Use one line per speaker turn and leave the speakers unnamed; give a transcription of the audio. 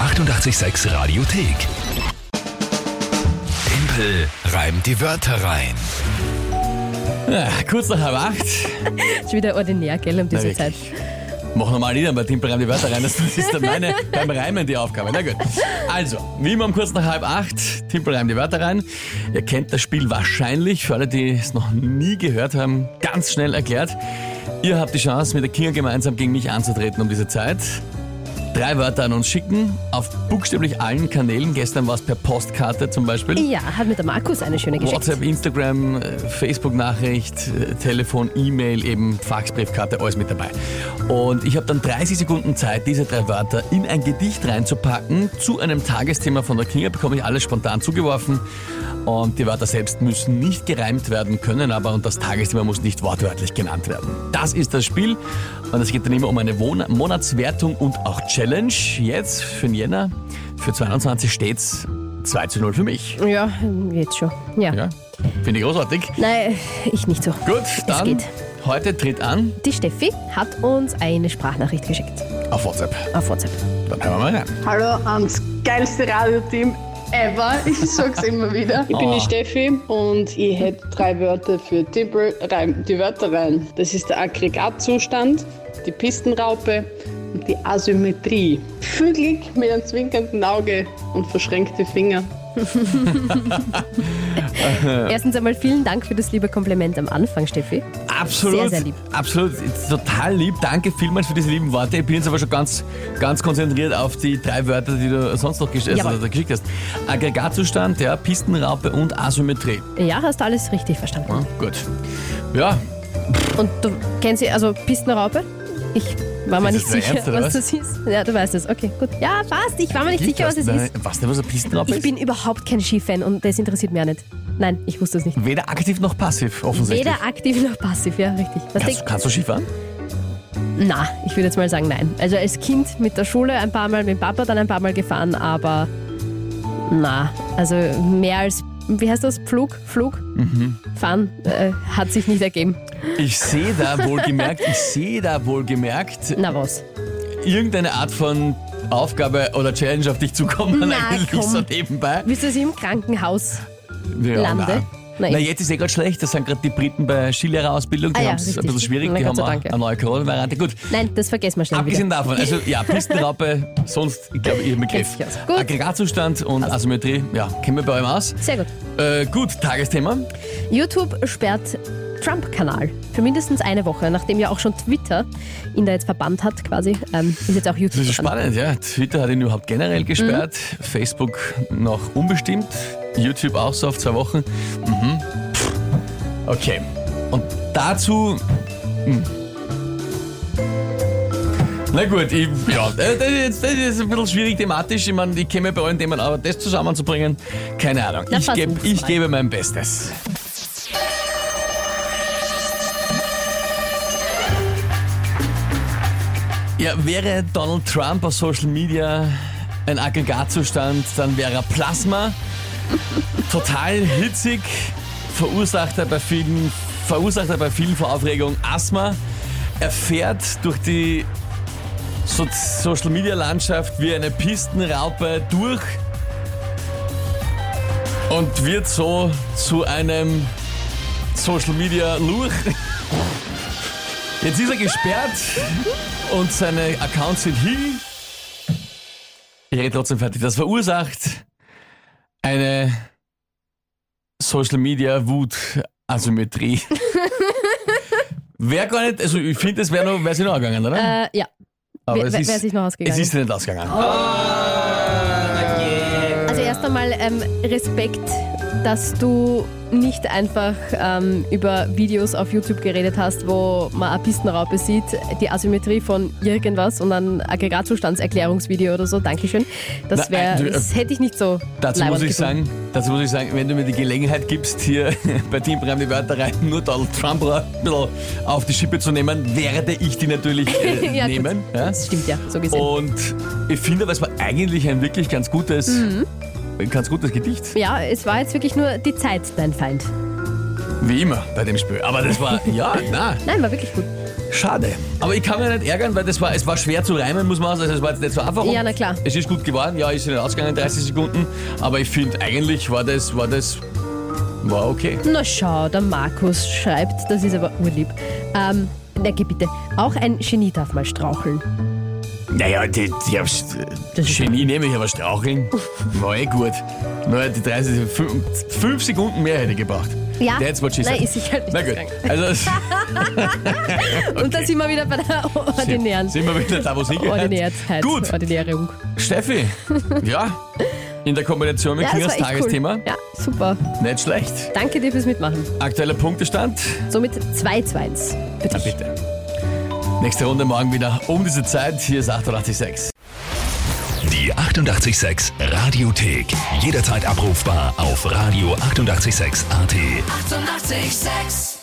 886 Radiothek. Tempel reimt die Wörter rein.
Ja, kurz nach halb acht.
Ist wieder ordinär, gell, um diese
Na,
Zeit.
wirklich. Mach nochmal nieder, bei Timpel reimt die Wörter rein. Das ist dann meine beim Reimen die Aufgabe. Na gut. Also, wie immer um kurz nach halb acht, Timpel reimt die Wörter rein. Ihr kennt das Spiel wahrscheinlich, für alle, die es noch nie gehört haben, ganz schnell erklärt. Ihr habt die Chance, mit der Kinga gemeinsam gegen mich anzutreten um diese Zeit. Drei Wörter an uns schicken, auf buchstäblich allen Kanälen. Gestern war es per Postkarte zum Beispiel.
Ja, hat mir der Markus eine schöne geschickt.
WhatsApp, Instagram, äh, Facebook-Nachricht, äh, Telefon, E-Mail, eben Faxbriefkarte, alles mit dabei. Und ich habe dann 30 Sekunden Zeit, diese drei Wörter in ein Gedicht reinzupacken. Zu einem Tagesthema von der Kinga bekomme ich alles spontan zugeworfen. Und die Wörter selbst müssen nicht gereimt werden können, aber und das Tagesthema muss nicht wortwörtlich genannt werden. Das ist das Spiel. Und es geht dann immer um eine Mon Monatswertung und auch Challenge. Jetzt für den Jänner, für 22 steht's 2 zu 0 für mich.
Ja, jetzt schon. Ja.
Ja, finde ich großartig.
Nein, ich nicht so.
Gut, dann
geht.
heute tritt an
Die Steffi hat uns eine Sprachnachricht geschickt
auf WhatsApp.
auf WhatsApp.
Dann hören wir mal rein.
Hallo ans geilste Radioteam ever. Ich sag's immer wieder. Ich bin
Oh.
die Steffi und ich hätte drei Wörter für Timpel, reim die Wörter rein. Das ist der Aggregatzustand, die Pistenraupe und die Asymmetrie. Viel Glück mit einem zwinkernden Auge und verschränkte Finger.
Erstens einmal vielen Dank für das liebe Kompliment am Anfang, Steffi.
Absolut,
Sehr, sehr lieb.
absolut, total lieb. Danke vielmals für diese lieben Worte. Ich bin jetzt aber schon ganz, ganz konzentriert auf die drei Wörter, die du sonst noch gesch also,
Jawohl.
da geschickt hast. Aggregatzustand, ja, Pistenraupe und Asymmetrie.
Ja, hast du alles richtig verstanden.
Ja, gut. Ja,
Und du kennst sie, also Pistenraupe? Ich war mir
Ist
nicht
das dein
sicher,
Ernst, oder
was,
was?
das ist. Ja, du weißt es. Okay, gut. Ja, fast. Ich war mir nicht sicher, was es ist.
Was denn, was eine Pistenraupe
Ich
ist?
bin überhaupt kein Skifan und das interessiert mich auch nicht. Nein, ich wusste es nicht.
Weder aktiv noch passiv, offensichtlich.
Weder aktiv noch passiv, ja, richtig. Was
kannst,
denk-
kannst du Skifahren?
Na, ich würde jetzt mal sagen, nein. Also als Kind mit der Schule ein paar Mal, mit Papa dann ein paar Mal gefahren, aber na, also mehr als, wie heißt das, Flug, Flug,
Mhm.
fahren, äh, hat sich nicht ergeben.
Ich sehe da wohlgemerkt, ich sehe da wohlgemerkt
Na was?
irgendeine Art von Aufgabe oder Challenge auf dich zukommen,
Na,
eigentlich
komm.
so nebenbei.
Willst du sie im Krankenhaus?
Ja,
Lande?
nein.
Nein.
Na, jetzt ist eh gerade schlecht, das sind gerade die Briten bei Skilehrerausbildung, die
Ah ja,
haben es ein
richtig.
bisschen schwierig,
Na,
die
Gott
haben
sei
auch
Dank, ja.
eine neue Corona-Variante. Gut,
Nein, das vergessen wir schnell
abgesehen
wieder.
davon, also ja, Pistenraupe, sonst, ich glaube, ihr im Begriff.
Kennt sich aus. Gut. Also.
Aggregatzustand und Asymmetrie, ja, kennen wir bei euch aus.
Sehr gut.
Äh, gut, Tagesthema.
YouTube sperrt Trump-Kanal für mindestens eine Woche, nachdem ja auch schon Twitter ihn da jetzt verbannt hat quasi, ähm, ist jetzt auch YouTube
Das ist
verbannt.
spannend, ja. Twitter hat ihn überhaupt generell
Mhm.
gesperrt, Facebook noch unbestimmt, YouTube auch so auf zwei Wochen. Mhm. Pff. Okay. Und dazu. hm. Na gut, ich, ja, äh, das ist, das ist ein bisschen schwierig thematisch. Ich meine, ich käme bei allen Themen, aber das zusammenzubringen, keine Ahnung.
Na,
ich, geb,
versuch's
ich
mal.
gebe mein Bestes. Ja, wäre Donald Trump auf Social Media ein Aggregatzustand, dann wäre er Plasma. Total hitzig, verursacht er bei vielen, verursacht er bei vielen vor Aufregung Asthma. Er fährt durch die so Social Media Landschaft wie eine Pistenraupe durch und wird so zu einem Social Media Lurch. Jetzt ist er gesperrt und seine Accounts sind hin. Ich rede trotzdem fertig. Das verursacht eine Social Media Wut Asymmetrie. Wäre gar nicht, also ich finde, es wäre noch, wär's noch gegangen, oder?
Äh, ja,
Aber
wer,
es
wer, wer
ist,
sich noch ausgegangen?
es ist nicht ausgegangen.
Ah, Also
Äh.
erst einmal ähm, Respekt, dass du nicht einfach ähm, über Videos auf YouTube geredet hast, wo man eine Pistenraupe sieht, die Asymmetrie von irgendwas und ein Aggregatzustandserklärungsvideo oder so. Dankeschön. Das,
Na,
wär,
äh, du, äh,
das hätte ich nicht so
Dazu
leibend
muss, ich
gefunden.
sagen, dazu muss ich sagen, wenn du mir die Gelegenheit gibst, hier bei Team Bremen die Wörter rein, nur Donald Trump ein bisschen auf die Schippe zu nehmen, werde ich die natürlich äh,
ja, gut.
nehmen. Ja? Oh.
Das stimmt ja, so gesehen.
Und ich finde, aber es war eigentlich ein wirklich ganz gutes,
Mhm.
ein ganz gutes Gedicht.
Ja, es war jetzt wirklich nur die Zeit dein Feind.
Wie immer bei dem Spiel. Aber das war, ja, na,
Nein, war wirklich gut.
Schade. Aber ich kann mich nicht ärgern, weil das war, es war schwer zu reimen, muss man sagen. Also es war jetzt nicht so einfach.
Ja, na klar.
Es ist gut geworden. Ja, ist nicht ausgegangen, 30 Sekunden. Aber ich finde, eigentlich war das, war das, war okay.
Na schau, der Markus schreibt, das ist aber urlieb. Ähm, na geh bitte, auch ein Genie darf mal straucheln.
Naja, die, die hab's,
Das ist-
Genie nehme ich aber straucheln. War eh gut. Naja, die 30, 5, Sekunden mehr hätte ich gebraucht.
Ja.
That's what she
Nein,
said.
ist sicher nicht
Na gut,
ausgegangen.
also s-
Und da sind wir wieder bei der ordinären
sind wir wieder da, wo es
Oh,
hingehört.
Ordinärheit.
Gut,
Ordinärung.
Steffi, ja, in der Kombination mit
Ja,
Kiras
das war echt cool.
Tagesthema,
Ja, super.
nicht schlecht.
Danke dir fürs Mitmachen.
Aktueller Punktestand,
Somit 2 zu 1 für
na
dich.
bitte. Nächste Runde morgen wieder um diese Zeit. Hier ist 886.
Die 886 Radiothek. Jederzeit abrufbar auf radio886.at. 886!
886